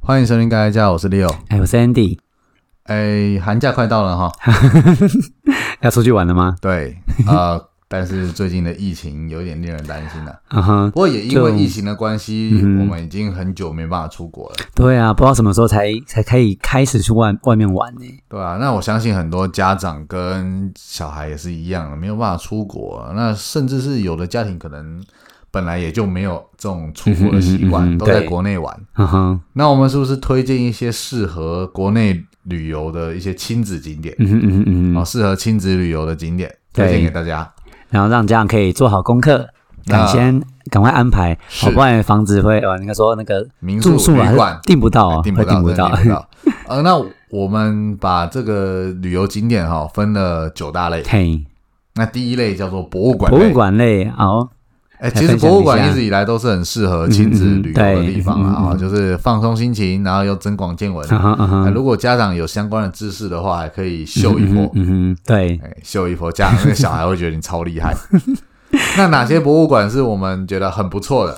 欢迎收听《盖盖家》，我是 Leo。哎，我是 Andy，哎，寒假快到了 哈，要出去玩了吗？对，呃，但是最近的疫情有点令人担心了、啊嗯哼不，过也因为就疫情的关系，嗯哼我们已经很久没办法出国了，对啊，不知道什么时候才才可以开始去外外面玩呢、对啊，那我相信很多家长跟小孩也是一样的，没有办法出国。啊那甚至是有的家庭可能本来也就没有这种出国的习惯，嗯哼嗯哼都在对国内玩。嗯哼，那我们是不是推荐一些适合国内旅游的一些亲子景点？嗯哼嗯哼嗯哦，哼，适合亲子旅游的景点，推对荐给大家。然后让家长可以做好功课，那赶先赶快安排，是好不然房子会哦，你看说那个民宿住宿旅啊馆哎订不到啊，订会不到，不真的到，订不到。 呃，那我们把这个旅游景点哈、分了九大类。嘿，那第一类叫做博物馆类，博物馆类哦，哎，来其实分享博物馆一下嗯一直以来都是很适合亲子旅游的地方嗯嗯嗯对嗯嗯啊，嗯就是放松心情，然后又增广见闻。嗯哼嗯哎哼，如果家长有相关的知识的话，还可以秀一波，嗯哼，对，哎，秀一波，家长那个小孩会觉得你超厉 害。那哪些博物馆是我们觉得很不错的？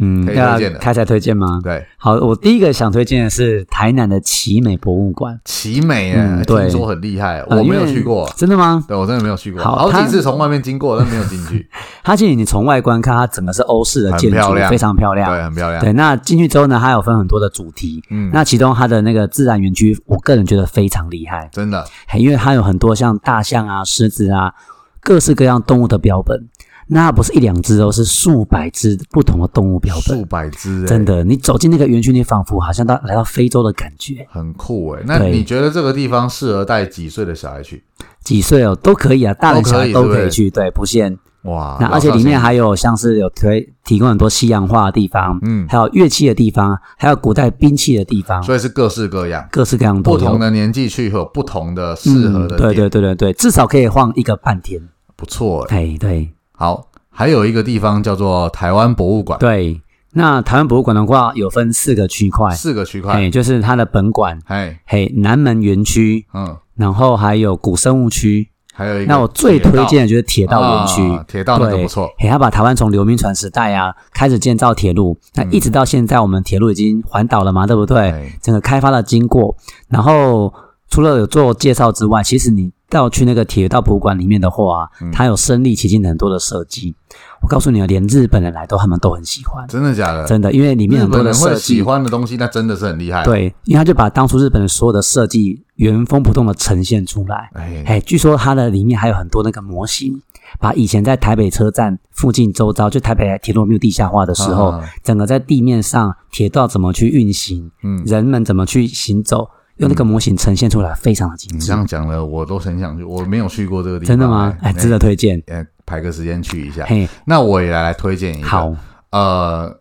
嗯可以，推要荐的开才推荐吗？对，好，我第一个想推荐的是台南的奇美博物馆，奇美哎，嗯对听说很厉害，呃我没有因为去过，真的吗？对我真的没有去过，好好它几次从外面经过，但没有进去。它其实你从外观看，它整个是欧式的建很漂筑亮，非常漂亮。对，很漂亮。 对，那进去之后呢，它有分很多的主题。嗯，那其中它的那个自然园区，我个人觉得非常厉害，真的，嘿因为它有很多像大象啊、狮子啊，各式各样动物的标本。那不是一两只哦，是数百只不同的动物标数本，百只、欸，真的。你走进那个园区，你仿佛好像到来到非洲的感觉。很酷哎、那对你觉得这个地方适合带几岁的小孩去？几岁哦都可以啊，大人都小可以孩都对不可对以去，对，不限。哇，那啊老而且少里咸面宜还有像是有推提供很多西洋画的地方，嗯还有乐器的地方，还有古代兵器的地方，所以是各式各样，各式各样都不有。同的年纪去会有不同的适合的、嗯，对对，对对对，至少可以晃一个半天。不错哎、哎，对好，还有一个地方叫做台湾博物馆，对。那台湾博物馆的话，有分四个区块，四个区块，哎，就是它的本馆，哎，嘿，南门园区，嗯，然后还有古生物区。还有一个那我最推荐的就是铁铁道园区。啊铁道那个对不错，嘿，他把台湾从流民船时代啊开始建造铁路，那一直到现在，我们铁路已经环岛了嘛，对不对？哎整个开发的经过，然后除了有做介绍之外，其实你到去那个铁道博物馆里面的话、啊，嗯它有身临其境的很多的设计。我告诉你啊，连日本人来都他们都很喜欢，真的假的？真的，因为里面日很多本的人会设喜计，欢的东西，那真的是很厉害。，对，因为他就把当初日本人所有的设计原封不动的呈现出来。哎，哎，据说它的里面还有很多那个模型，把以前在台北车站附近周遭，就台北铁路没有地下化的时候，啊整个在地面上铁道怎么去运行，嗯人们怎么去行走，用那个模型呈现出来，非常的精你致嗯这。样讲了，我都很想去，我没有去过这个地方，嗯真的吗？哎哎，值得推荐。呃，排个时间去一下。嘿，那我也来来推荐一个。好，，呃，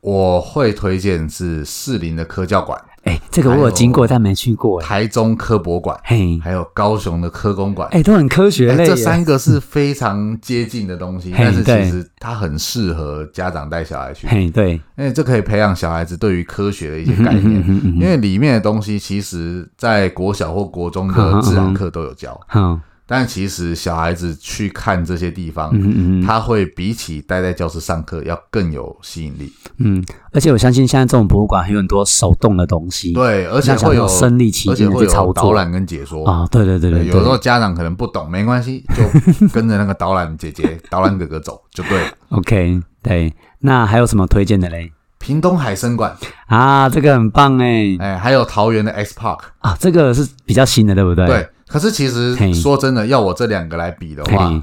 我会推荐是士林的科教馆、哎，这个我有经过，但没去过。哎，台中科博馆，嘿，还有高雄的科工馆。哎，都很科学哎类耶。这三个是非常接近的东西，嘿但是其对实它很适合家长带小孩去，嘿，对，因为这可以培养小孩子对于科学的一些概嗯念。哼嗯因哼为里面的东西，其实在国小或国中的自然课都有教，嗯但其实小孩子去看这些地方，嗯嗯嗯他会比起待在教室上课要更有吸引力。嗯，而且我相信现在这种博物馆还有很多手动的东西。对，而且让小会朋有友身临其而且境的会去操有作导览跟解说。啊，对对对对，对有时候对。家长可能不懂，没关 系，就跟着那个导览姐姐、导览哥哥走就对 了。 OK，对。那还有什么推荐的嘞？屏东海参馆，啊，这个很棒哎。哎，还有桃园的 X Park，啊，这个是比较新的，对不对？对。可是其实嘿说真的，要我这两个来比的话，嘿，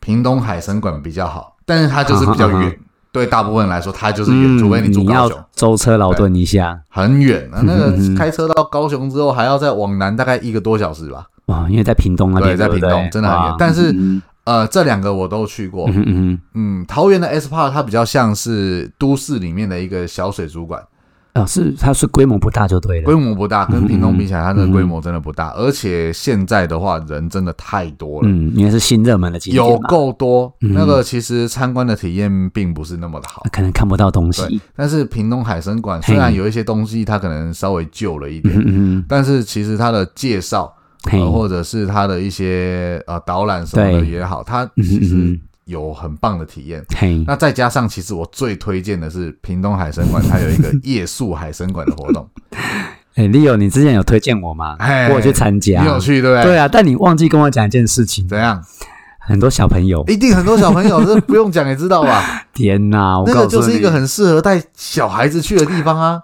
屏东海参馆比较好，但是它就是比较啊哈啊远。对大部分人来说，它就是远，嗯，除非你住高雄要，舟车劳顿一下很远啊。那嗯嗯个嗯开车到高雄之后，还要再往南大概一个多小时吧。哇，因为在屏东那对边，在不屏东真的很远哇但是嗯呃，这两个我都去过。嗯嗯嗯，桃园的 S Park 它比较像是都市里面的一个小水族馆，嗯，啊，是它是规模不大就对规了，模不大，跟屏东比起来，它的嗯嗯规模真的不大。而且现在的话，人真的太多了，嗯，因为是新热门的景点嘛有，够多。嗯那个其实参观的体验并不是那么的好啊。可能看不到东西，对但是屏东海参馆虽然嘿有一些东西它可能稍微旧了一点，嗯嗯但是其实它的介绍、嗯，嘿呃，，或者是它的一些呃导览什么的对也好，它嗯其嗯实嗯有很棒的体验。嘿，那再加上，其实我最推荐的是屏东海参馆，它有一个夜宿海参馆的活 动，哎，Leo，你之前有推荐我吗？哎我有去参你加，有去对不对？对啊，但你忘记跟我讲一件事情，怎样？很多小朋友，一定很多小朋友，这不用讲也知道吧？天哪， 我那个告诉就你，是一个很适合带小孩子去的地方 啊，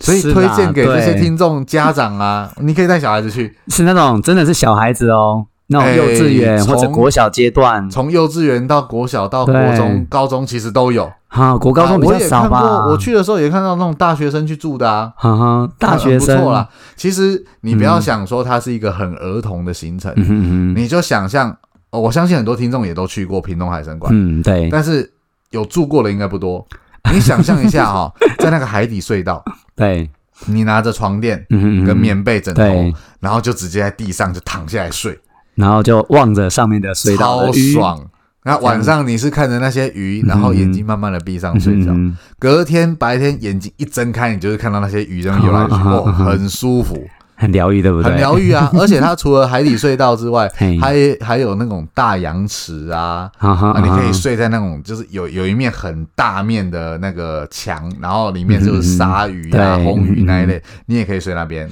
所以是推啦荐给这些对听众家长啊，你可以带小孩子去，是那种真的是小孩子哦，那种幼稚园哎或者从国小阶段，从幼稚园到国小到国对中、高中，其实都有。哈，国高中比啊较我也少看吧，过，我，去的时候也看到那种大学生去住的啊，哈哈，大很学生，不错啦。其实你不要嗯想说它是一个很儿童的行程，嗯哼嗯哼你就想象、哦，我相信很多听众也都去过屏东海参馆，嗯，对，但是有住过的应该不 多。你想象一下哈、在那个海底隧道，对，你拿着床垫嗯哼嗯哼跟，哦棉被、枕头，对然后就直接在地上就躺下来睡，然后就望着上面的隧道超的鱼，爽。那晚上你是看着那些鱼，然后眼睛慢慢的闭上嗯睡觉，哼隔天白天眼睛一睁开，你就是看到那些鱼在那边游来游啊去，哦， 很舒服，很疗愈，对不对？哎很疗愈 啊！而且它除了海底隧道之外，嘿还还有那种大洋池啊。哈哈，啊，哈你可以哈睡在那种，就是有有一面很大面的那个墙，然后里面就是鲨鱼啊、嗯对红鱼那一类，你也可以睡那边。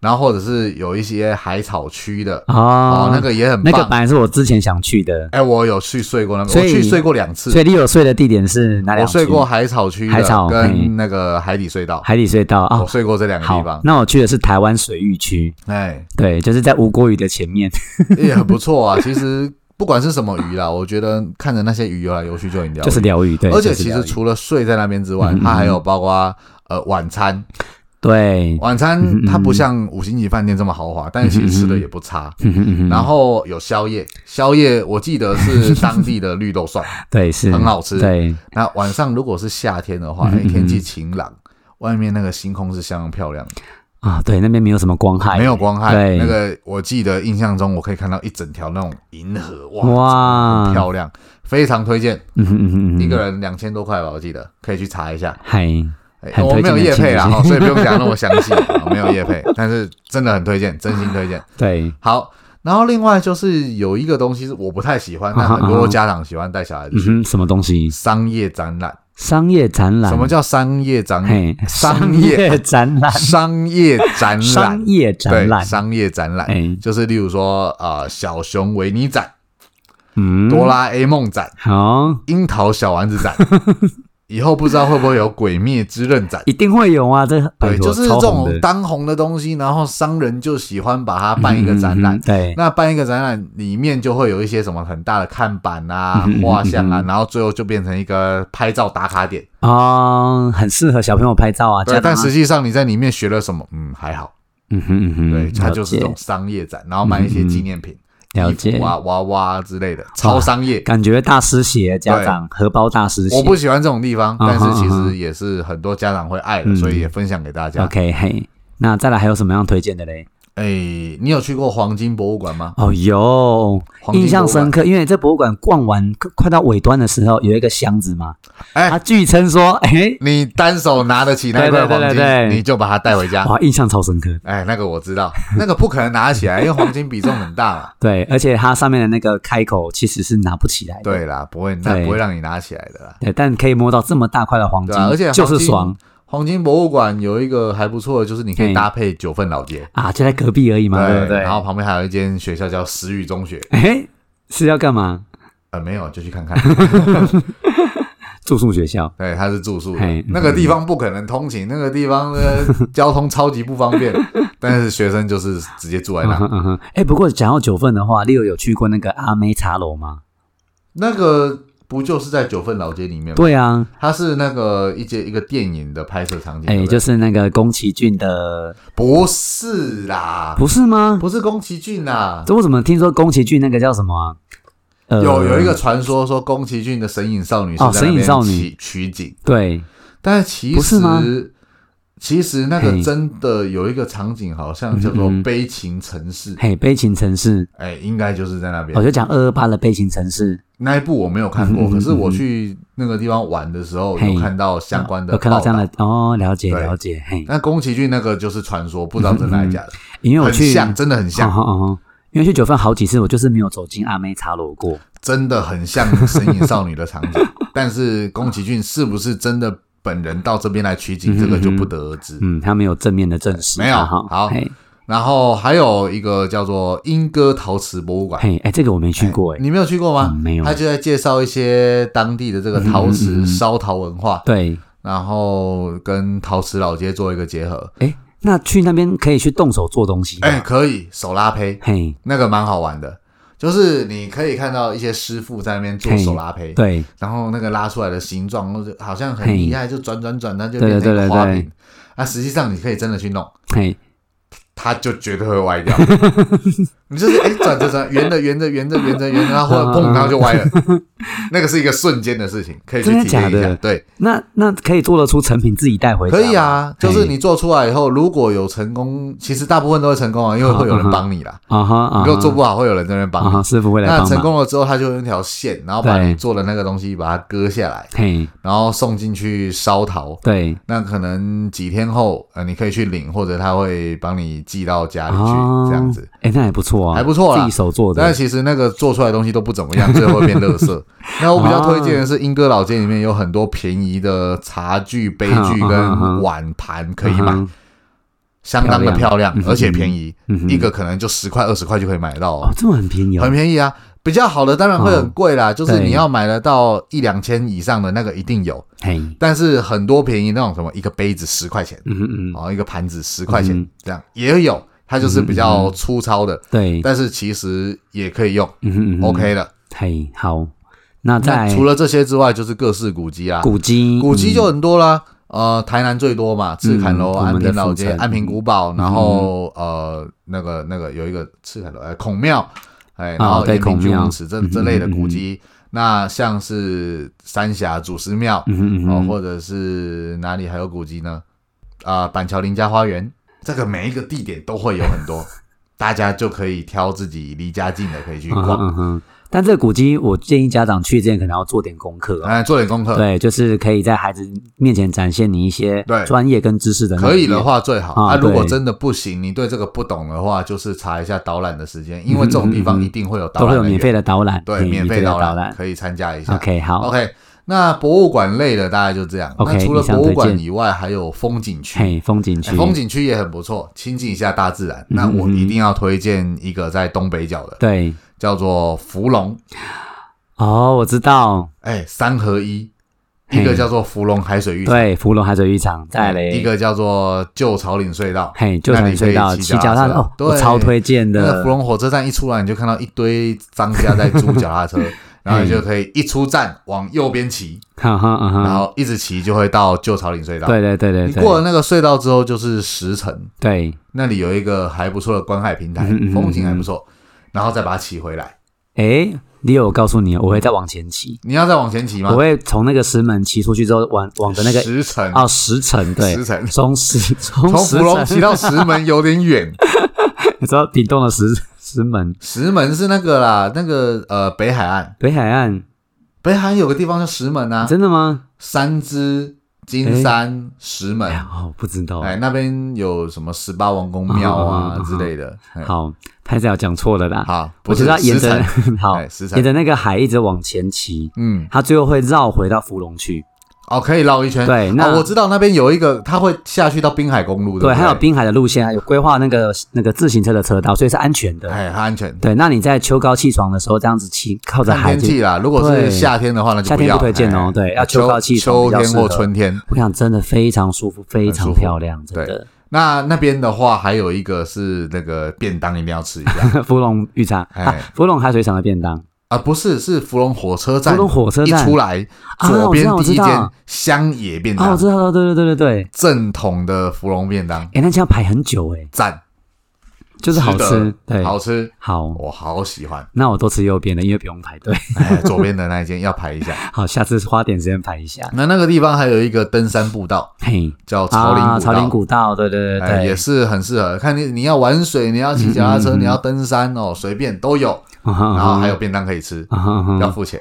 然后或者是有一些海草区的，哦哦，，那个也很那个棒。本来是我之前想去的，哎，我有去睡过那边，所我以去睡过两次所，以 Leo 睡的地点是哪里？我哦睡过海草区海草的嘿跟那个海底隧道，海底隧道啊我。睡过这两个哦地好方，，那我去的是台湾水域区，哎，对，就是在吴郭鱼的前面。也很不错啊。其实不管是什么鱼啦，我觉得看着那些鱼游来游去就很疗愈。就是疗愈，对。而且就是其疗实愈除了睡在那边之外嗯嗯，嗯它还有包括呃晚餐，对，晚嗯餐嗯它不像五星级饭店这么豪华，但是其实吃的也不差。嗯哼嗯哼然后有宵夜，宵夜我记得是当地的绿豆 蒜，对是很好吃对，那晚上如果是夏天的话，嗯嗯哎，天气嗯晴朗，外面那个星空是相当漂亮的，啊，对，那边没有什么光害，没有光害。哎对那个我记得印象中，我可以看到一整条那种银河，哇，哇很漂亮，非常推荐。嗯哼嗯哼嗯哼一个人两千多块吧，我记得可以去查一下。嗨，哎很我没推荐有的业亲配啦，戚哦所以不用讲那么详细，哦没有业配，但是真的很推荐，真心推荐。对，好，然后另外就是有一个东西是我不太喜欢，但很多家长喜欢带小孩子啊嗯去哼，什么东西？商业展览。商业展览？什么？叫商业展览？嘿，商商业业展览，商业展览 商，业展对，览，商业展览。哎，就是例如说，呃，小熊维尼展、嗯，哆啦 A 梦展、好，樱桃小丸子 展，以后不知道会不会有《鬼灭之刃》展。一定会有啊，这对，拜托就是这超种红的嗯当红的东西，然后商人就喜欢把它办一个展嗯览哼。对，那办一个展览，里面就会有一些什么很大的看板啊嗯哼、画像啊嗯，哼然后最后就变成一个拍照打卡点。啊，很适合小朋友拍照啊，对，家长但啊实际上你在里面学了什么？嗯，还好。嗯哼嗯哼，对，它了就是解这种商业展，然后卖一些纪念品、了衣解服，啊、娃娃之类的，超商业。感觉大师鞋，家长荷包大师鞋，我不喜欢这种地方，啊哈但是其啊哈实也是很多家长会爱的，嗯所以也分享给大家。 OK 嘿，那再来还有什么样推荐的嘞？哎，你有去过黄金博物馆吗？哦有黄金印象博物馆深刻，因为这博物馆逛完快快到尾端的时候，有一个箱子嘛，哎他据称说，哎，你单手拿得起那块对对对黄金，对对你就把它带回家。哇，印象超深刻。哎，那个我知道，那个不可能拿得起来，因为黄金比重很大 嘛。对，而且它上面的那个开口其实是拿不起来的，对啦，不会，那对不会让你拿起来的啦。对，但可以摸到这么大块的黄金，对啊，而且黄金就是爽。黄金博物馆有一个还不错的，就是你可以搭配九份老街，啊，就在隔壁而已嘛，对不对？然后旁边还有一间学校叫石宇中学，哎，是要干嘛？呃，没有，就去看 看。住宿学校，对，它是住宿的嘿，那个地方不可能通勤，那个地方的 交通超级不方 便，但是学生就是直接住在嗯那哼。嗯哼。哎，不过讲到九份的话，六有去过那个阿妹茶楼吗？那个不就是在九份老街里面吗？对啊，它是那个一间一个电影的拍摄场景，哎，对不对就是那个宫崎骏的，不是啦，啊不是吗？不是宫崎骏啦，这我怎么听说宫崎骏那个叫什么啊？呃有有一个传说说宫崎骏的《神隐少女》是哦在那边神隐少女取取景，对，但是其不是吗实其实那个嘿真的有一个场景，好像叫做嗯嗯《嗯悲情城市》，嘿，悲情城市，哎，应该就是在那边我。就讲二二八的悲情城市，那一部我没有看嗯过，嗯嗯可是我去那个地方玩的时候嘿有看到相关的有看到这样报的道。哦，了解对了解，嘿，那宫崎骏那个就是传说，不知道真的还是假的，嗯因为我很去，像，真的很像哦哦。哦哦因为去九份好几次，我就是没有走进阿妹茶楼过，真的很像《神隐少女》的场 景，但是宫崎骏是不是真的本人到这边来取景，这个就不得而知。嗯，他没有正面的证实，没有啊哈，好嘿，然后还有一个叫做莺歌陶瓷博物馆，嘿，哎，这个我没去过，哎，你没有去过吗？嗯没有他就在介绍一些当地的这个陶嗯嗯嗯瓷嗯烧陶文化，对，然后跟陶瓷老街做一个结合。哎，那去那边可以去动手做东西吗，哎，可以手拉胚，嘿，那个蛮好玩的，就是你可以看到一些师傅在那边做嘿手拉胚，对，然后那个拉出来的形状，或者好像很嘿厉害，就转转转，它就对变成一对个对花对瓶。那实际上你可以真的去弄，嘿，它就绝对会歪掉。你就是哎转着转，圆着圆着圆着圆着圆着，然后嗯嗯砰，嗯然后就歪了。那个是一个瞬间的事情，可以去真的体验一假下。的对，那那可以做得出成品自己带回家可吗，以啊，嘿就是你做出来以后，如果有成功，其实大部分都会成功啊，因为会有人帮你啦。啊哈啊如哈，果做不好，会有人在那边啊帮哈，你。师傅会来帮那忙，成功了之后，他就用一条线，然后把对你做的那个东西把它割下来，嘿，然后送进去烧陶。对，那可能几天后，呃，你可以去领，或者他会帮你寄到家里去，哦这样子。哎，那还不错啊，还不错啦自己手做但的，其实那个做出来的东西都不怎么 样，最后会变垃圾。那我比啊较推荐的是英歌老街里面有很多便宜的茶具、杯具嗯嗯跟嗯碗盘可以买，嗯哼相当的漂漂亮亮，而且便宜，嗯哼一个可能就十块二十块就可以买到哦哦，，这么很便宜哦，很便宜啊。比较好的当然会很贵啦，就是对你要买得到一两千以上的那个一定有，嘿，但是很多便宜那种什么一个杯子十块钱，嗯嗯嗯，哦，一个盘子十块钱、嗯这样也有，它就是比较粗糙的，对，但是其实也可以用、嗯哼嗯嗯哼 OK 的。嘿，好，那那在除了这些之外，就是各式古迹啊，古迹，嗯古迹就很多啦。呃，台南最多嘛，赤坎楼、我们安的平老街、府城嗯安平古堡，然后呃，那个那个有一个赤坎楼，哎，孔庙，哎，然后啊对延平孔军庙嗯公祠这这类的古迹。那像是三峡祖师庙，嗯嗯哦，嗯，或者是哪里还有古迹呢？啊、板桥林家花园，这个每一个地点都会有很多，大家就可以挑自己离家近的可以去嗯哼逛，嗯哼，但这个古迹，我建议家长去之前可能要做点功课哦。哎、做点功课，对，就是可以在孩子面前展现你一些对专业跟知识的能力。可以的话最好。啊啊，如果对真的不行，你对这个不懂的话，就是查一下导览的时嗯间，因为这种地方一定会有导都会览有的免费员的导览，对嘿免费的导览。可以参加一下。 OK，好 OK，那博物馆类的大概就这样。 OK，那除了以上博物馆推荐以外，还有风景区。嘿，风景区，哎风景区也很不错，亲近一下大自然。那我一定要推荐一个在东北角的，嗯对，叫做芙蓉，哦，我知道，哎，三合一，嘿一个叫做芙蓉海水浴场，对，芙蓉海水浴场，再嘞，一个叫做旧草岭隧道。嘿，就那是你可以隧道骑骑踏脚踏车哦，我对超推荐那个的芙，蓉火车站一出来，你就看到一堆张家在租脚踏车， 然后你就可以一出站往右边骑，哈哈嗯然哼，后一直骑就会到旧草岭隧道。对对对对你过了对，那个隧道之后，就是石城，对，那里有一个还不错的观海平台嗯嗯，嗯风景还不错，然后再把它骑回来。诶，你有告诉你，我会再往前骑，你要再往前骑吗我？会从那个石门骑出去之后，往往的那个嗯石城，哦石城，对石，城，从石 从从石芙蓉骑城，到石门有点远。 你知道屏东的石石门石门是那个啦，那个呃北海岸，北海岸，北海岸有个地方叫石门啊，真的吗？三支、金山、石门哎，，哦，不知道，哎，那边有什么十八王公庙啊嗯嗯嗯嗯之类的。哎好，拍照讲错了啦，好，啊不我知是道沿石着城， 好哎石城沿着那个海一直往前骑，嗯，它最后会绕回到芙蓉去。哦，可以绕一圈。对哦那我知道那边有一个，它会下去到滨海公路，不对，还有，滨海的路线，还有规划那个那个自行车的车道，所以是安全的。哎，它安全。对，那你在秋高气爽的时候这样子骑，靠着看海天就，气啦，如果是对夏天的话，那就夏天要不推荐哦哎对要秋秋高气爽秋比较天适或合春天。我想真的非常舒服，非很舒常服漂亮，真的。那那边的话，还有一个是那个便当一定要吃一下 芙蓉浴场啊哎，芙蓉海水厂的便当， 啊，不是是芙蓉火车芙站，蓉火车站一出来啊左边我第知一道我知间道乡野便啊，我当知，道了，对对对对对。正统的芙蓉便当，哎，那这样排很久哎，赞，就是好的吃，对，好吃，好。我好喜欢。那我都吃右边的，因为不用排队。 哎，左边的那一间要排一下。好，下次花点时间排一下。那那个地方还有一个登山步道，嘿，叫朝林啊，古朝道林。古道，对对对哎，对， 也是很适合。看你你要玩水，你要骑脚踏嗯车，你要登山哦，随便都有。然然后还有便当可以吃，啊哈要哈，付钱。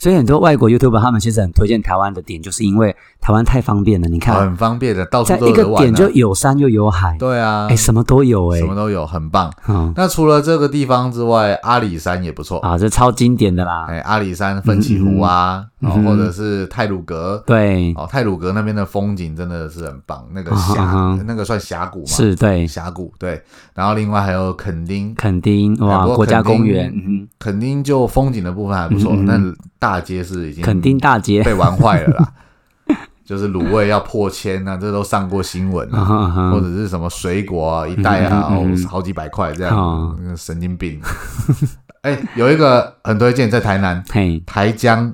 所以很多外国 YouTube 他们其实很推荐台湾的点，就是因为台湾太方便了，你看，很方便的，到处在都一有得个玩、啊。点就有山又有海，对啊，哎，什么都有哎什，么都有，很棒。嗯那除了这个地方之外，阿里山也不错。啊，这超经典的啦，哎，阿里山奋起湖啊，嗯然后或者是泰鲁格，对，哦，泰鲁格那边的风景真的是很棒，那个啊哈峡啊哈，那个算峡谷嘛，是，对，峡谷对。然后另外还有垦丁，垦丁哎哇不过，国家垦丁公园，嗯垦丁就风景的部分还不错嗯嗯，嗯但大街是已经嗯哼，垦丁大 街， 被玩坏了啦，就是卤味要破千啊，这都上过新闻啊啊。哈啊哈或者是什么水果啊，一袋啊，嗯嗯嗯嗯哦，好几百块这哦样，那个神经病。 哎、有一个很推荐，在台南嘿台江，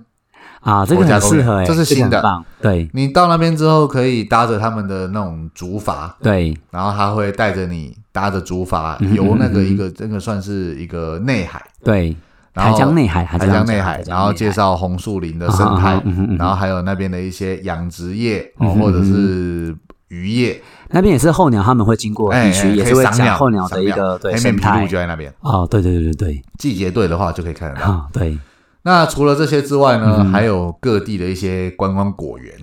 啊，这个国家很公适园合哎，这是个新的很棒，对你到那边之后可以搭着他们的那种竹筏，对，然后他会带着你搭着竹筏嗯嗯嗯游那个嗯一个，那个算是一个内海，对，然后台江内海，还台是这江样内讲海，江然后内介海绍红树林的生啊啊态啊嗯嗯嗯，然后还有那边的一些养殖业哦嗯嗯嗯，或者是渔业，那边也是候鸟，他们会经过哎，地哎区，也可是以会赏讲鸟，候鸟赏的一个对黑生面琵鹭态就在那边，哦，对对对对季节对的话就可以看得对，到。啊对，那除了这些之外呢，嗯还有各地的一些观光果园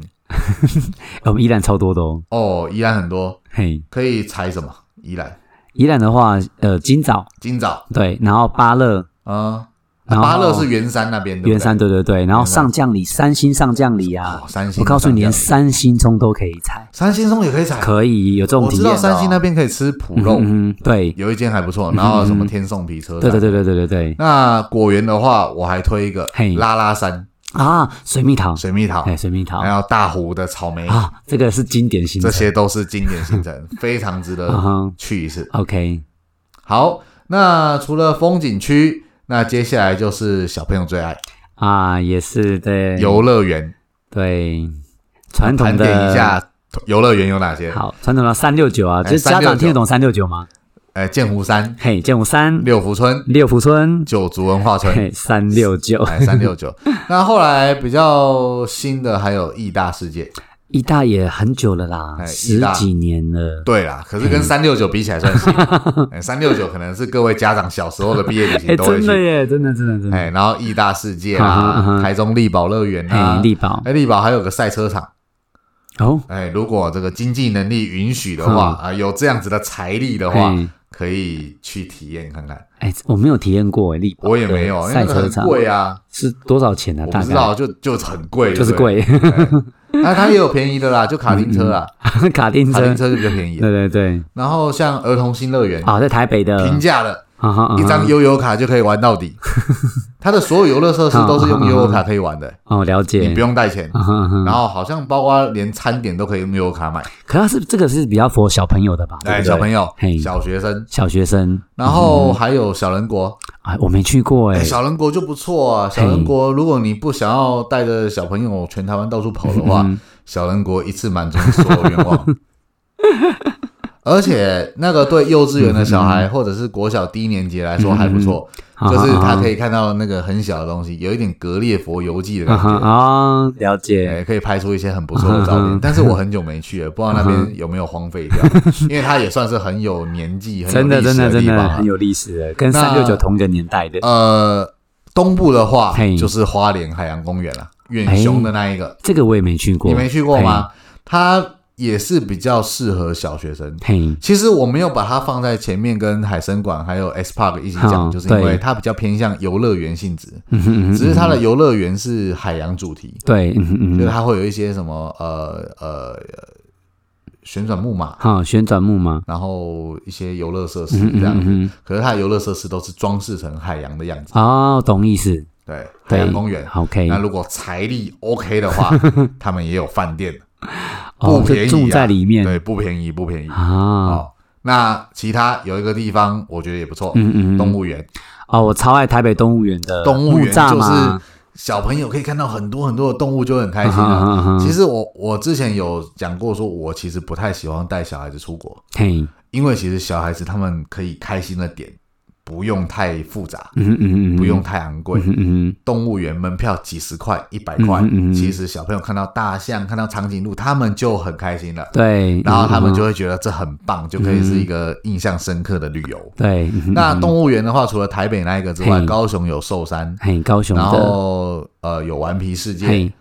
我们宜兰超多的哦，哦，宜兰很多，嘿，可以采什么？宜兰宜兰的话，呃，金枣金枣对，然后芭乐、啊，然后芭乐是圆山那边的，对不对圆山，对对对，然后圆山上将里三星上将里啊哦，，三星。我告诉你，连三星葱都可以采，三星松也可以采，可以有这种我体知验的道哦。三星那边可以吃脯嗯肉，嗯嗯对有一间还不嗯错，然后什么天送皮车对站，对对对对对对那果园的话，我还推一个嘿拉拉山啊，水蜜桃，水蜜桃，哎，水蜜桃还有大湖的草莓，啊，这个是经典行这程，些都是经典行 程，非常值嗯得哼去一次。 ，OK，好，那除了风景区，那接下来就是小朋友最爱啊，也是对游乐园，对传统盘的点一下游乐园有哪些？好，传统的三六九啊，哎就是家长听得懂三六九吗？哎，剑湖山、嘿，建武山、六福村、六福村，九族文化村，嘿，三六九，哎，三六 九。那后来比较新的还有义大世界，义大也很久了啦，哎十义大几年了。对啦，可是嗯跟三六九比起来算 新。哎，三六九可能是各位家长小时候的毕业旅 行哎，都会真的去。耶，真的，真的，真的。哎，然后义大世 界嗯哼嗯啊，哼台中力宝乐园哎啊，，力宝哎，力宝还有个赛车场。哦，哎，如果这个经济能力允许的话，嗯啊、有这样子的财力的话，哎可以去体验看看。哎，我没有体验过哎，力宝，我也没有，因对为赛那个车很场贵啊，是多少钱呢？我大不知概道，就就很贵，就是对贵，不对。哎 那它也有便宜的啦，就卡丁车啦，卡丁卡车丁，车就比较便宜对。对对，然后像儿童新乐园，啊，在台北的，平价的，啊哈啊哈一张悠游卡就可以玩到 底。它的所有游乐设施都是用悠游卡可以玩 的，哦，了解，你不用带钱。啊哈啊哈然后好像包括连餐点都可以用悠游卡买，可它是这个是比较佛小朋友的吧？对哎，不对小朋友嘿、嗯小学生，小学生，然后还有小人国，哎，我没去过哎，哎，小人国就不错啊。小人国，如果你不想要带着小朋友全台湾到处跑的嗯话，小人国一次满足你所有愿 望。而且那个对幼稚园的小嗯孩或者是国小低年级来说还不错，就是他可以以看到那个很小的东西，有一点《格列佛游记》的啊感哈觉。啊，了解，哎，可以拍出一些很不错的照嗯嗯片嗯，但是我很久没去了，不知道那边有没有荒废掉，因为它也算是很有年纪、哎很有真的历真史的真地方的啊很。有历史的，跟三那六九同个年代的。呃，东部的话嘿就是花莲海洋公园了，远雄的那一个，这个我也没去过，你没去过吗？它也是比较适合小学生。嘿？其实我没有把它放在前面，跟海参馆还有 S Park 一起讲，嗯就是因为对它比较偏向游乐园性质，嘿，嗯哼嗯 哼只是它的游乐园是海洋主题，对，嗯哼嗯就是哼，它会有一些什么呃呃呃旋转木马，好，旋转木马，然后一些游乐设施嗯哼这样嗯子。哼嗯可是它的游乐设施都是装饰成海洋的样子，哼，哦，懂意思，对，啊海对，洋公园。 ，OK，那如果财力 OK 的 话，他们也有饭店，哦不，便宜就啊住在里面对，不便宜，不便宜。啊，哦，那其他有一个地方我觉得也不错，嗯嗯，动嗯物园。哦，我超爱台北动物园的动物园木栅就是嘛小朋友可以看到很多很多的动物，就会很开啊心哈啊。啊哈，其实我我之前有讲过，说我其实不太喜欢带小孩子出国，嘿，因为其实小孩子他们可以开心的点不用太复杂，嗯哼嗯嗯，不用，太昂贵嗯。哼嗯动物园门票几十块、一百块嗯嗯嗯，其实小朋友看到大象、看到长颈鹿，他们就很开心了哼，。对，然后他们嗯就会觉得这很棒，就可以是一个印象深刻的旅游。对，嗯哼那动物园的话，除了台北那一个之外，嘿高雄有寿山，嘿，高雄然的，后呃有顽皮世界嘿，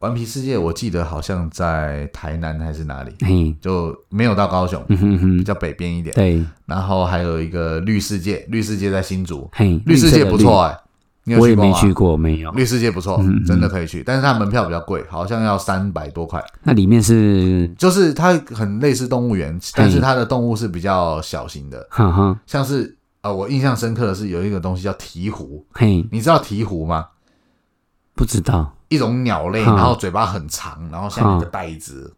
顽皮世界我记得好像在台南还是哪里，嘿，就没有到高雄，嗯哼比哼，较北边一点。对，然后还有一个绿世界，绿世界在新竹，嘿，绿世界不错啊，哎、你有我去也过没吗？去过，没有。绿世界不错，嗯嗯真的可以去，但是它门票比较贵，好像要三百多块。那里面是，就是它很类似动物园，但是它的动物是比较小型的，哈哈，像是呃，我印象深刻的是有一个东西叫鹈鹕，嘿，你知道鹈鹕吗？不知道一种鸟类，嗯然后嘴巴很长，然后像一个袋子，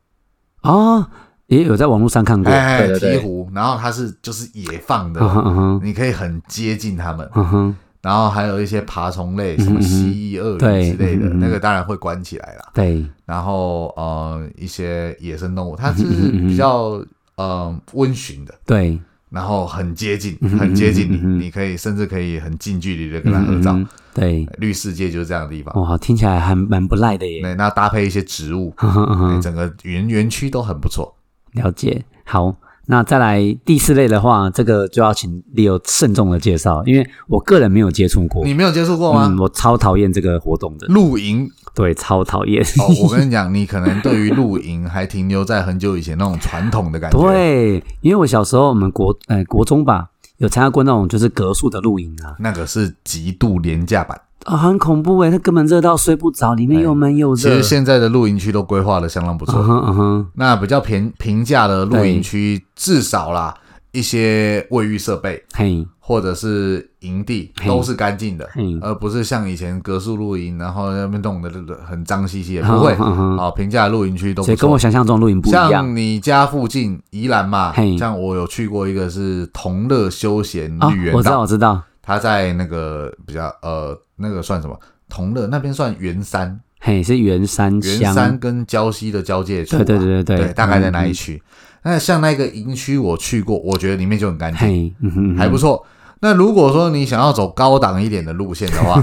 哦，也有在网络上看过，哎，对对鹈对，鹕，然后它是就是野放的嗯，哼嗯哼你可以很接近它们。嗯哼，然后还有一些爬虫类，什嗯么嗯嗯蜥蜴、鳄鱼对之类的，嗯嗯嗯那个当然会关起来啦。对，然后呃，一些野生动物，它就是嗯嗯嗯嗯比较呃温驯的，对，然后很接近，嗯哼很接近你，嗯哼嗯哼你可以甚至可以很近距离的跟它合照。嗯，哦对，绿世界就是这样的地方，哇，听起来还蛮不赖的耶，对，那搭配一些植物， 嗯哼嗯对哼，整个园园区都很不错。了解，好，那再来第四类的话，这个就要请 Leo 慎重的介绍，因为我个人没有接触过。你没有啊接触过嗯，吗？我超讨厌这个活动的，露营对，超讨厌。 哦，我跟你讲，你可能对于露营还停留在很久以前那种传统的感觉。，对，因为我小时候我们国呃国中吧，有参加过那种就是格数的露营啊，那个是极度廉价版。啊、很恐怖诶，它根本热到睡不着，里面又闷又哎其热。实现在的露营区都规划的相当不错。嗯哼嗯哼，那比较平平价的露营区，至少啦，一些卫浴设备，嘿，或者是营地嘿都是干净的嘿，而不是像以前格数露营，然后那边弄得很脏兮兮的，不会。嗯哼，好，平价的露营区都所不以跟我错。想象中露营不一样。像你家附近宜兰嘛嘿，像我有去过一个是同乐休闲啊绿，我园知道，道，我知道，它在那个比较呃那个算什么？同乐那边算圆山，嘿，是圆山圆乡，山跟礁溪的交界处啊对嘛，对对对嗯对，大概在哪一区？区？那像那个营区我去过，我觉得里面就很干净。嘿，嗯哼，嗯哼还不错。那如果说你想要走高档一点的路线的 话，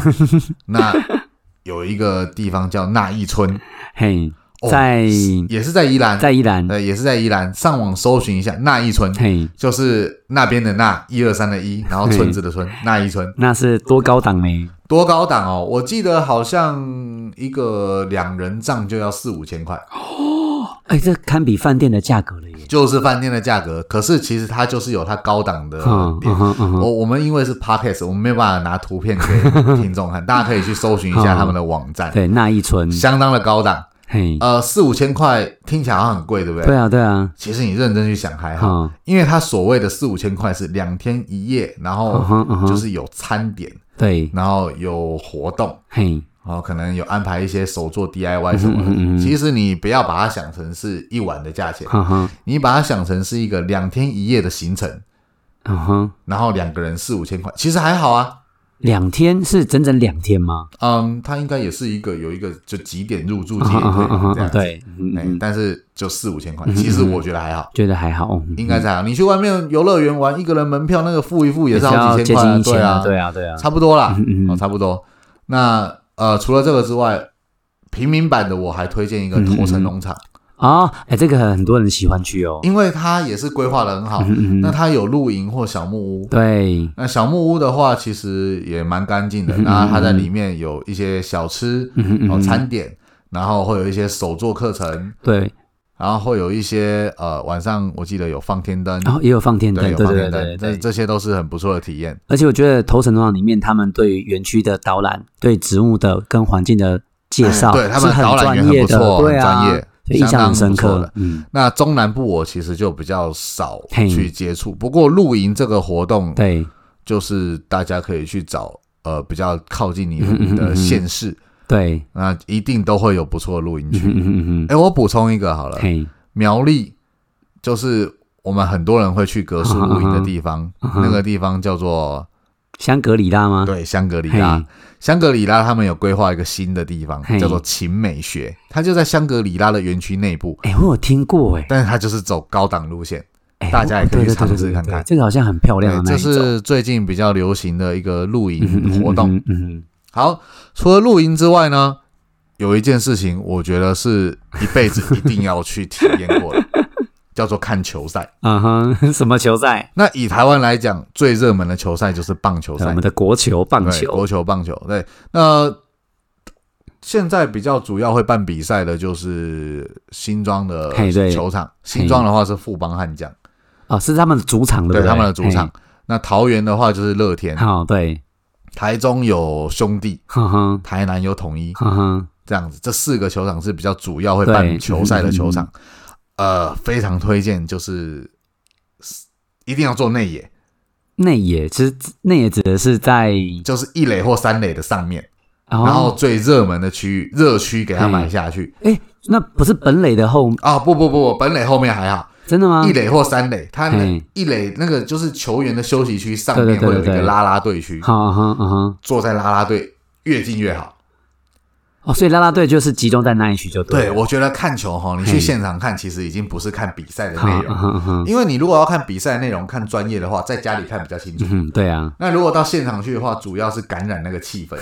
那有一个地方叫那一村，嘿，哦在也是在宜兰，在宜兰，呃也是在宜兰。上网搜寻一下那一村，嘿，就是那边的那一二三的一，然后村子的村，那一村那是多高档呢？多高档哦！我记得好像一个两人帐就要四五千块，哦哎，这堪比饭店的价格了耶！就是饭店的价格。可是其实它就是有它高档的嗯点嗯，哼嗯哼，我我们因为是 podcast，我们没有办法拿图片给听众 看，大家可以去搜寻一下他们的网站，对，那一村，相当的高档，嘿，呃，四五千块听起来好像很贵，对不对？嗯对啊对啊，其实你认真去想还好，嗯因为他所谓的四五千块是两天一夜，然嗯后哼嗯哼，就是有餐点，对，然后有活动。嘿，然后可能有安排一些手做 DIY 什么的，嗯嗯嗯嗯其实你不要把它想成是一晚的价钱，哈哈，你把它想成是一个两天一夜的行程，嗯哼，然后两个人四五千块，其实还好啊。两天是整整两天吗？嗯，它应该也是一个有一个就几点入住嗯几哼点嗯哼退嗯哼这样嗯子，对，嗯哎嗯，但是就四五千块，嗯其实嗯嗯我觉得还好，觉得还好，嗯应该是还好。你去外面游乐园玩，一个人门票那个付一付也也是要好几接千块啊，近一千对啊，对啊对啊，差不多啦嗯，嗯哦，差不多。那呃，除了这个之外，平民版的我还推荐一嗯个头城农场，啊，哎，这个很多人喜欢去哦，因为它也是规划的很好，嗯嗯那嗯，它有露营或小木屋。对，那小木屋的话，其实也蛮干净的。嗯嗯那它在里面有一些小吃，嗯哼嗯哦，哼，餐点，然后会有一些手作课程，对，然后会有一些呃晚上我记得有放天灯，然后也有放天灯，有哦对放对天对对灯，这对，这些都是很不错的体验。而且我觉得头城农场里面，他们对于园区的导览、对植物的跟环境的介绍，嗯对他们是很导览员专很业不的，错对啊，很专业所以印象很深相当不刻错的。嗯，那中南部我其实就比较少嘿去接触，不过露营这个活动对就是大家可以去找呃比较靠近你嗯嗯嗯的嗯县市，对，那一定都会有不错的露营嗯区。嗯嗯嗯哎，我补充一个好了嗯，，嘿，苗栗就是我们很多人会去格树露营的地方， 嗯哼那个地方叫做香格里拉吗？对，香格里嘿，拉，香格里拉他们有规划一个新的地方，嘿叫做秦美学，它就在香格里拉的园区内部，哎，我有听过哎，但是它就是走高档路线。哎大家也可以对对对尝试对对看对看这个好像很漂亮的那这一种是最近比较流行的一个露嗯嗯营嗯活动。嗯嗯，好，除了露营之外呢，有一件事情我觉得是一辈子一定要去体验 过的，叫做看球赛。嗯啊哈， 什么球赛？那以台湾来讲，最热门的球赛就是棒球呃对我赛们，的国球、棒对，球，国球、棒球。对，那现在比较主要会办比赛的就是新庄的嘿对球场，新庄的话是富邦悍将，哦，是他们的主场对不对对？他们的主场。那桃园的话就是乐天嘿。，好，对，台中有兄弟，哼哼，台南有统一，哼哼，这样子，这四个球场是比较主要会办对嗯球赛的球场。呃，非常推荐，就是一定要做内野，内野其实内野指的是在，哦就是一垒或三垒的上面，然然后最热门的区域热区给它买下去。哎，那不是本垒的后，啊、不不不，本垒后面还好，真的吗一？垒或三垒，它啊嘿一垒那个就是球员的休息区上对面对对会有一对个对啦啦队区，好，嗯哼，嗯哼，坐在啦啦队越近越好。哦，所以啦啦队就是集中在那一区就对，了。我觉得看球哈，你嘿去现场看，其实已经不是看比赛的好，内嗯容，哼嗯哼，因为你如果要看比赛内容、看专业的话，在家里看比较清楚嗯。哼，对啊，那如果到现场去的话，主要是感染那个气 氛，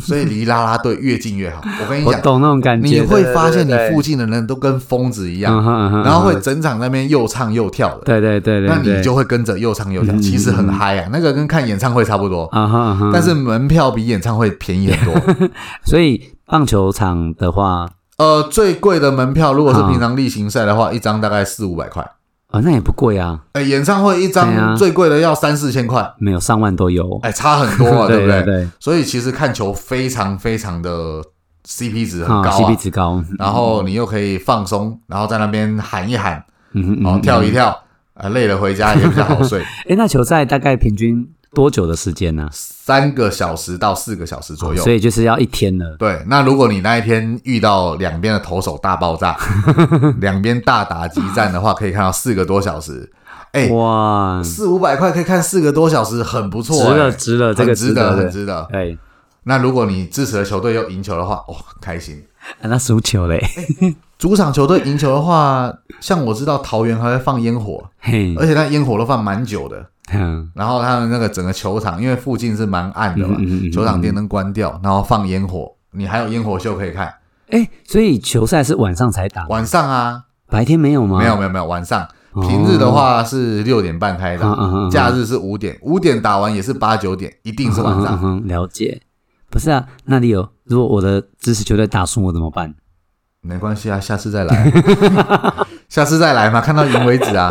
所以离啦啦队越近越好。我跟你我讲，懂那种感觉。你会发现你对对对附近的人都跟疯子一嗯样，哼嗯哼，然后嗯会整场在那边又唱又跳的，对对对对，那你对就会跟着又唱又跳，嗯其实很嗨啊，那个跟看演唱会差不多，啊哈啊哈，但是门票比演唱会便宜很 多。所以棒球场的话，呃，最贵的门票如果是啊平常例行赛的话，一张大概四五百块。啊，那也不贵啊，哎，演唱会一对啊张最贵的要三四千块，没有上万都有。哎，差很多 啊，对对不对？对，所以其实看球非常非常的 CP 值很啊高啊，CP 值高，然后你又可以放松，然后在那边喊一喊，嗯哼嗯然后哼，跳一跳，啊，累了回家也比较好 睡，哎，那球赛大概平均多久的时间呢？三个小时到四个小时左右哦所。以就是要一天了。对，那如果你那一天遇到两边的投手大爆 炸，两边大打激战的话，可以看到四个多小时，哎哇，四五百块可以看四个多小时，很不错、值了哎值了，这很个值得得，很的。值得。哎，那如果你支持的球队又赢球的话，哇、很开心！啊那输球嘞，主场球队赢球的话，像我知道桃园还会放烟火，嘿，而且那烟火都放蛮久的。嗯然后他们那个整个球场，因为附近是蛮暗的嘛，嗯嗯嗯嗯球场电灯关掉，然后放烟火，你还有烟火秀可以看。哎，所以球赛是晚上才打，晚上啊，白天没有吗？没有没有没有，晚上嗯哦平日的话是六点半开嗯嗯嗯打，嗯假日是五点，五点打完也是八九点，一定是晚嗯上。哼嗯哼了解。不是啊，那里有，如果我的支持球队打输我怎么办？没关系啊，下次再 来，下次再来嘛，看到赢为止啊。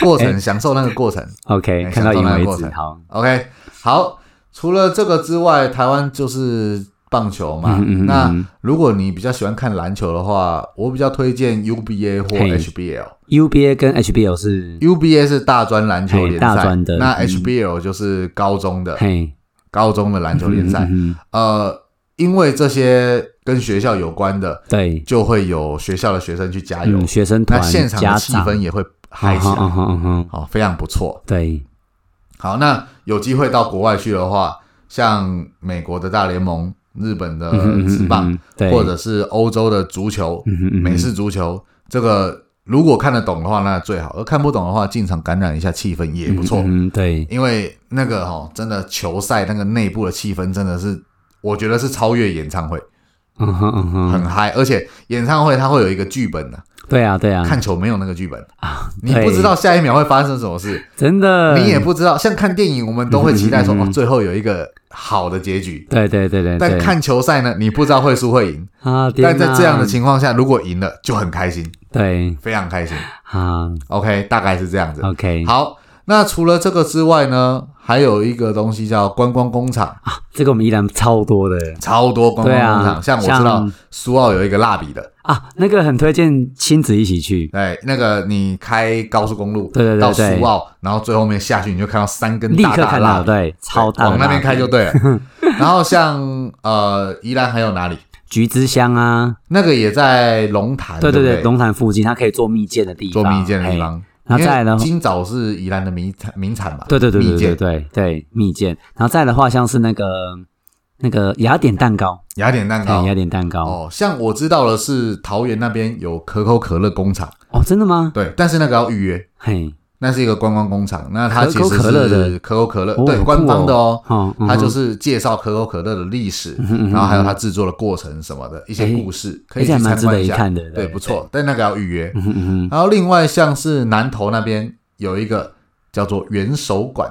过哎程享受那个过程。 OK，哎看到赢想到那个为过止。程好， OK，好，除了这个之外，台湾就是棒球嘛。嗯嗯嗯那嗯如果你比较喜欢看篮球的话，我比较推荐 UBA 或嘿 HBL。 ，UBA 跟 HBL 是， UBA 是大专篮球联嘿赛，大专的那嗯 HBL 就是高中的、嘿，高中的篮球联赛。嗯嗯嗯嗯呃，因为这些跟学校有关的，对，就会有学校的学生去加油，嗯，学生那团现场家的气长，氛也会嗨起嗯哼嗯来，哼嗯哼，好、非常不错。对，好，那有机会到国外去的话，像美国的大联盟、日本的嗯职棒，，对，呃或者是欧洲的足球、嗯哼嗯哼美式足球，这个如果看得懂的话，那最好；而看不懂的话，进场感染一下气氛也不错。嗯嗯，对，因为那个哦，真的球赛那个内部的气氛真的是，我觉得是超越演唱会，嗯哼嗯哼，很嗨。而且演唱会它会有一个剧本的、对啊对啊，看球没有那个剧本，啊，你对不知道下一秒会发生什么事。真的，你也不知道，像看电影，我们都会期待说，嗯嗯嗯嗯哦，最后有一个好的结局。对对对对，但对看球赛呢，你不知道会输会赢。啊，但在这样的情，情况下，如果赢了，就很开心，对非常开心。啊 OK，大概是这样子。 ，OK，好，那除了这个之外呢，还有一个东西叫观光工厂，这个我们依然超多的超多观光工啊对厂。啊像我像知道苏澳有一个蜡笔的，啊，那个很推荐亲子一起去，哎，那个你开高速公路，对对对到对苏澳，然后最后面下去，你就看到三根立大刻大看蜡到，笔，对，超大的往那边蜡开就 对了。然后像呃宜兰还有哪里？橘之乡啊，那个也在龙潭，对对哎对不对，龙潭附近它可以做蜜饯的地方，做蜜饯的地嘿。方。然后再来呢因为金枣是宜兰的名产名产嘛，哎对对对对蜜对饯、对对，蜜饯。然后再的话，像是那个那个雅典蛋糕，哎雅典蛋糕对，雅。典蛋糕。哦，像我知道的是桃园那边有可口可乐工厂，哦，真的吗？对，但是那个要预约，嘿，那是一个观光工厂，那它可其口实可乐的是可口可乐，哦对，好官酷方的哦。哦，嗯它就哼是介绍可口可乐的历史，嗯嗯然后还有它制作的过程什么的一些哎故事，可以而且去还蛮参值得观一一下。看的，对，不。错，但那个要预约。嗯哼嗯哼，然后另外像是南投那边有一个叫做元首馆，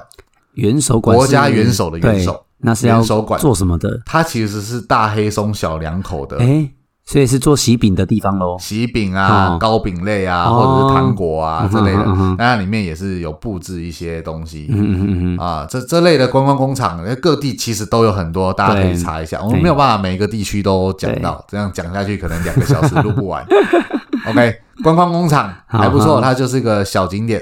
元首馆是国家元首的元，首，那是要连锁馆做什么的？它其实是大黑松小两口的哎，所以是做喜饼的地方喽。喜饼啊、哦糕饼类啊，哦或者是糖果啊嗯哼这类的嗯哼，那里面也是有布置一些东西。嗯嗯嗯嗯，啊，这这类的观光工厂，呃各地其实都有很多，大家可以对查一下。我们没有办法每个地区都讲到，这样讲下去可能两个小时录不 完。OK，观光工厂好还不错，好它就是个小景点。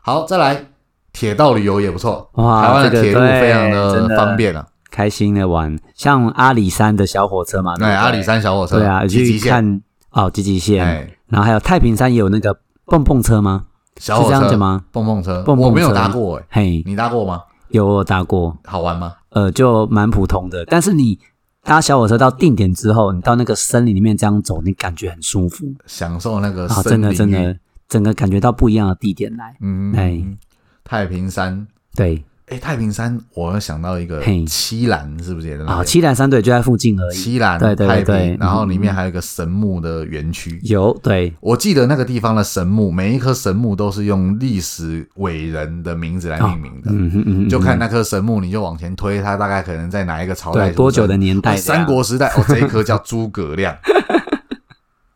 好，再来铁道旅游也不错，哇台湾的这个铁路对非常真的的方便啊。开心的玩，像阿里山的小火车嘛，对，不哎阿里山小火车，对啊，集集去线，看哦，吉吉线，哎，然后还有太平山也有那个蹦蹦车吗？小火是这样车子吗？蹦蹦车，蹦蹦我没有车搭过，哎，嘿，你搭过吗？有我有搭过，好玩吗？呃，就蛮普通的。但是你搭小火车到定点之后，你到那个森林里面这样走，你感觉很舒服享受那个啊，呃森真林，的真，的，整个感觉到不一样的地点来。嗯，哎太平山对哎、太平山，我又想到一个嘿七兰，是不是也在那啊，边？七兰山队就在附近而已。七兰对对对太平对，然后里面嗯还有一个神木的园区。有对，我记得那个地方的神木，每一棵神木都是用历史伟人的名字来命名的。嗯嗯嗯，嗯就看那棵神木，你就往前推，它大概可能在哪一个朝代出对生？多久的年代哦的啊三国时 代，哦，这一棵叫诸葛亮，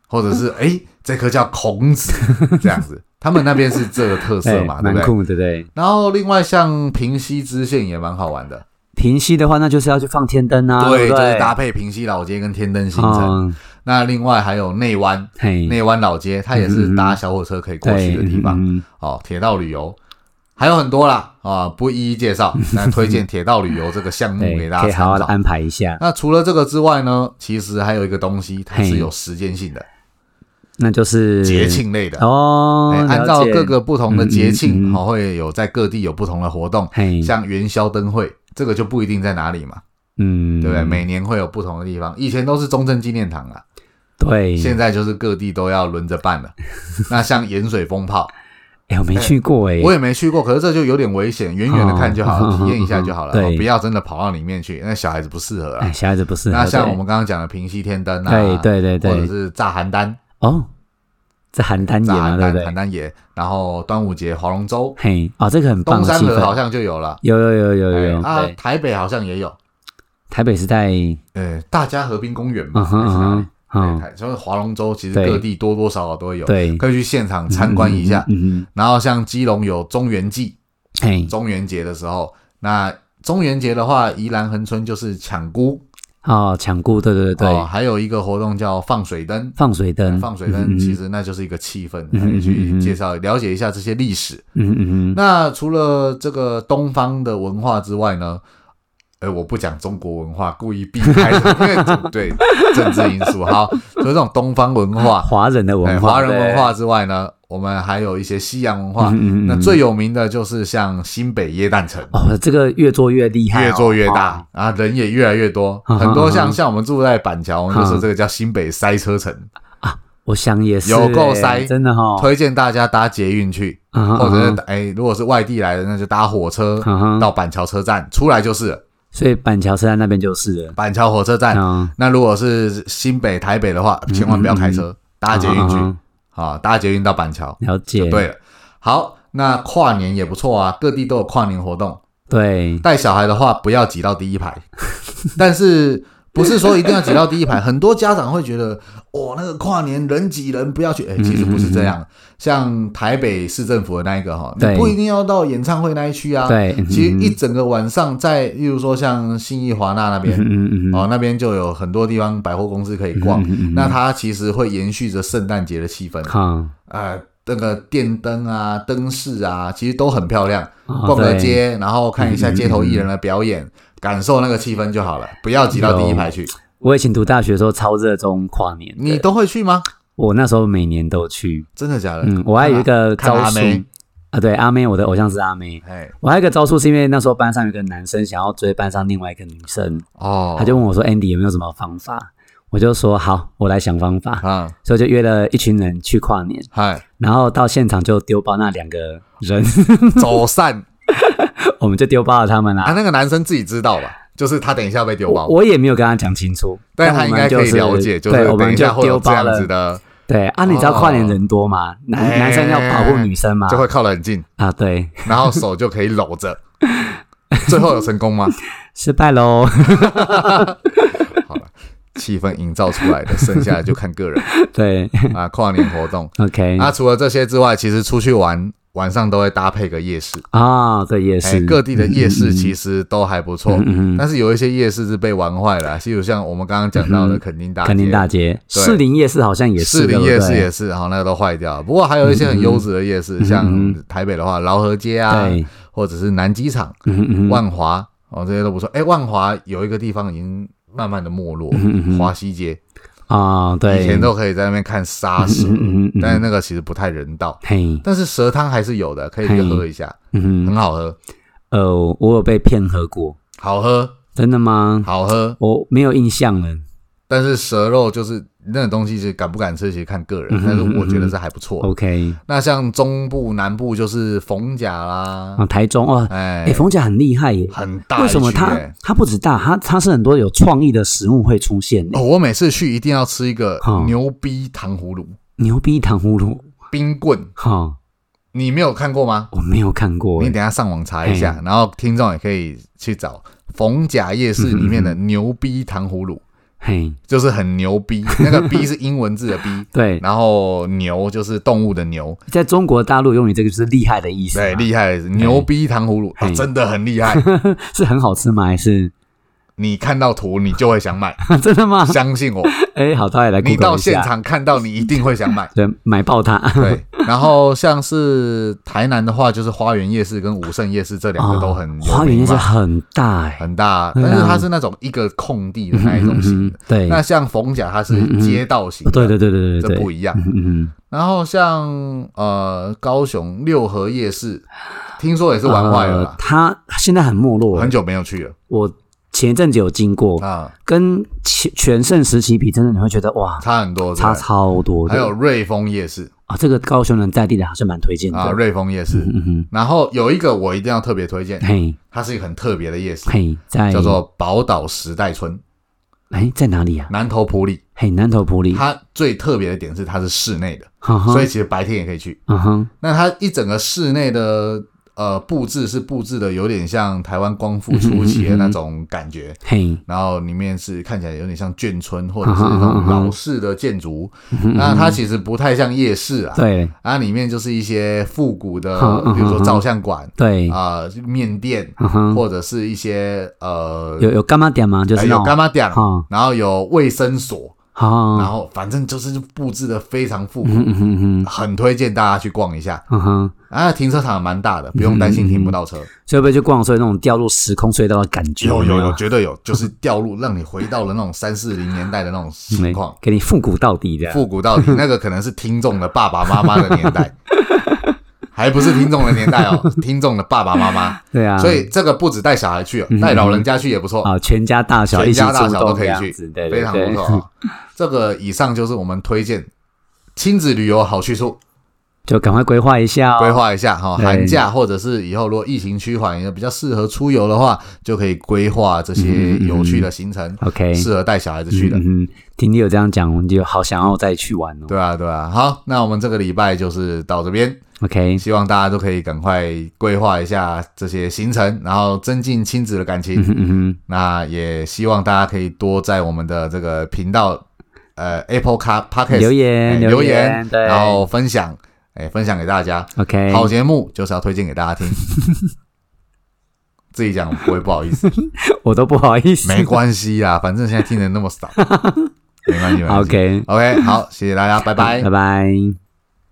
或者是哎、这棵叫孔子，这样子。他们那边是这个特色哎嘛，对蛮不对？酷的 对。然后另外像平西支线也蛮好玩的，平息的话，那就是要去放天灯啊，对，不就是对？搭配平西老街跟天灯新城。嗯，那另外还有内湾，嘿，内湾老街，它也嗯是搭小火车可以过去的地方。嗯嗯嗯哦，铁道旅游还有很多啦，啊，不一一介 绍。那推荐铁道旅游这个项目对嗯给大家可以好好参的考。安排一下，那除了这个之外呢，其实还有一个东西，它是嘿有时间性的，那就是节庆类的。哦哎，按照了解各个不同的节嗯嗯庆，嗯哦，会有在各地有不同的活动，嘿，像元宵灯会，这个就不一定在哪里嘛。嗯，对不对？每年会有不同的地方，以前都是中正纪念堂啊，对，现在就是各地都要轮着办了。 那像盐水风炮，哎，我没去过哎，我也没去过，可是这就有点危险，远远的看就好了，哦体验一下就好了，对哦不要真的跑到里面去，那小孩子不适合啊哎，。小孩子不适合。那像对我们刚刚讲的平西天灯啊，对对对对或者是炸邯郸、哦，这邯郸炸野邯嘛，对郸、不邯对？郸爷，然后端午节划龙舟，嘿，哦，这个很棒东的山气河好氛，像就有了，有有有有哎有，啊对，，台北好像也有，台北是在嗯呃，大家河滨公园嘛，还哼是哪里嗯哼，嗯对，哎所以划龙舟其实对各地多多少少都会有，对可以去现场参观一下。嗯嗯嗯嗯然后像基隆有中元祭，嘿，中元节的时候，那中元节的话，宜兰恒春就是抢孤，哦，抢姑，对对对哦，对，还有一个活动叫放水灯。放水灯，放水灯嗯其实那就是一个气氛，嗯可以嗯去嗯介绍了解一下这些历史。嗯嗯嗯，那除了这个东方的文化之外呢？呃，我不讲中国文化，故意避开，因为对 政治因素。好，所以这种东方文化，华人的哎文化，华人文对化之外呢，我们还有一些西洋文化。嗯嗯嗯那嗯最有名的就是像新北耶诞城，哦，这个越做越厉害哦，越做越哦大，啊，人也越来越多。嗯很多嗯像嗯像我们住在板桥，我们就说嗯这个叫新北塞车城，我想也是、有够欸塞真的哈、嗯哦，推荐大家搭捷运去，或或者是哎，如果是外地来的，那就搭火车嗯哼到板桥车站，出来就是了所以板桥车站那边就是了，板桥火车站。嗯，那如果是新北、台北的话，千万不要开车，搭捷运去嗯嗯啊，搭捷运到板桥。了解，对了，好，那跨年也不错啊，各地都有跨年活动。对带小孩的话，不要挤到第一排， 但是不是说一定要挤到第一排？很多家长会觉得，哦，那个跨年人挤人，不要去。哎、其实不是这样，像台北市政府的那一个哈，你嗯对不一定要到演唱会那一区啊。，对，其实嗯一整个晚上在，例如说像信义华纳那边。嗯嗯嗯，哦，那边就有很多地方百货公司可以逛，嗯嗯嗯嗯那它其实会延续着圣诞节的气氛。好，呃那个电灯啊、灯饰啊，其实都很漂亮。哦逛个对街，然后看一嗯下街头艺人的表演，感受那个气氛就好了，不要挤到第一排去。我以前读大学的时候超热衷跨年，你都会去吗？我那时候每年都去，真的假的？嗯，我还有一个看招阿数妹，啊，对阿妹，我的偶像是阿妹。哎我还有一个招数，是因为那时候班上有一个男生想要追班上另外一个女生，哦，他就问我说：“Andy 有没有什么方法？”我就说：“好，我来想方法。”啊所以就约了一群人去跨年，嗨，然后到现场就丢包那两个人， 走散我们就丢包了他们啊，啦。那个男生自己知道吧？就是他等一下被丢包我，我也没有跟他讲清楚，但我他们应该可以就是了解，就是对，我等们一下就会有丢这包样了子。的，对啊，你知道哦跨年人多嘛，哎男男生要保护女生嘛，就会靠得很近，啊，对 然后手就可以搂着，最后有成功吗？失败喽。好了，气氛营造出来的，剩下的就看个人 对啊。跨年活动， ，OK 那、除了这些之外，其实出去玩晚上都会搭配个夜市。啊，对，也哎是，嗯各地的夜市其实都还不错，嗯嗯但是有一些夜市是被玩坏了啊，例如像我们刚刚讲到的垦丁大街、嗯肯定大街、对士林夜市好像也是，士林夜市对嗯也是，然后那个都坏掉了。不过还有一些很优质的夜市，像台北的话，饶河街啊，对或者是南机场、不对，嗯嗯嗯，万华哦，这些都不错。哎，万华有一个地方已经慢慢的没落嗯嗯，嗯华西街，啊，对，以前都可以在那边看沙嗯蛇，嗯嗯嗯，但是那个其实不太人道。嘿，但是蛇汤还是有的，可以去喝一下，嗯很哼，好喝，呃，我有被骗喝过，好喝，真的吗？好喝。我没有印象了，但是蛇肉就是那种东西，是敢不敢吃，其实看个人嗯。哼哦但是我觉得是还不错的。 OK 那像中部、南部就是逢甲啦，啊，台中哦，哎、哎、冯甲很厉害耶，很大、为什么它？它它不止大，它它是很多有创意的食物会出现耶、哦，我每次去一定要吃一个哦牛逼糖葫芦、牛逼糖葫芦，冰棍，哈、你没有看过吗？我没有看过你耶，等一下上网查一下，然后听众也可以去找逢甲夜市里面嗯的牛逼糖葫芦，嘿，，就是很牛逼，那个逼是英文字的逼 对，然后牛就是动物的牛，在中国大陆用语这个就是厉害的意思嘛，对，啊厉害，牛逼糖葫芦、啊嘿真的很厉 害，是很好吃吗？还是 你看到图你就会想买，真的吗？相信我，哎、好，他也来 g 你 o 到一现下，场看到你一定会想 买。对，买爆它， 对，然后像是台南的话，就是花园夜市跟武圣夜市这两个都很有名嘛、哦花园夜市很大哎、很大，对啊嗯但是它是那种一个空地的那一种型的。对，哦那像逢甲它是街道型的，嗯对对对对对这不对，一样。嗯嗯，然后像呃高雄六合夜市，听说也是玩坏了呃啦，它现在很没落了很，久没有去了我前一阵子有经过，啊，跟全全盛时期比，真的你会觉得哇，差很多。差对超多的。还有瑞丰夜市啊，这个高雄人在地的还是蛮推荐的。啊，瑞丰夜市。嗯哼，然后有一个我一定要特别推荐，嘿它是一个很特别的夜市，嘿，在叫做宝岛时代村，哎在哪里啊？南投埔里。嘿，南投埔里，它最特别的点是它是室内的，哈嗯啊哈所以其实白天也可以去。嗯哼，那它一整个室内的呃布置是布置的有点像台湾光复初嗯期的那种感觉，嘿，然后里面是看起来有点像眷村或者啊是那种老式的建筑。嗯那它其实不太像夜市啊，对它里面就是一些复古的嗯嗯，嗯比如说照相馆对，啊、面店，嗯哼，或者是一些呃有有干嘛点吗？就是有干嘛，妈店，啊哈然后有卫生所。然好，后反正就是布置的非常复古，嗯嗯哼嗯哼很推荐大家去逛一下。嗯哼，啊，停车场蛮大的，不用担心停不到车。所以被去逛，所以那种掉入时空隧道的感觉，嗯有有有，没绝对有，就是掉入让你回到了那种三四零年代的那种情没况，嗯给你复古到底的。复古到底。那个可能是听众的爸爸妈妈的年 代，还不是听众的年代哦，听众的爸爸妈妈。对 啊，嗯所以这个不止带小孩去哦，带老人家去也不错，啊，全家大小全一起家大出小动都可这以样去子，对非对常不对，错 哦。这个以上就是我们推荐亲子旅游好去处。就赶快规划一下哦，规划一下哈，对寒假或者是以后如果疫情趋缓，也比较适合出游的话，就可以规划这些有趣的行程， OK，适合带小孩子去的。嗯嗯，嗯听你有这样讲，我们就好想要再去玩哦。对啊，对啊。好，那我们这个礼拜就是到这边， OK，希望大家都可以赶快规划一下这些行程，然后增进亲子的感情。嗯哼嗯哼，那也希望大家可以多在我们的这个频道，呃，Apple Car Podcast 留哎言留言，对，哎然后分享，哎，分享给大家。 OK，好节目就是要推荐给大家 听。自己讲不会不好意 思，我都不好意思。没关系啦，反 正现在听的那么少，没关系，没关系。 OK， OK，好，谢谢大家，拜拜拜。拜。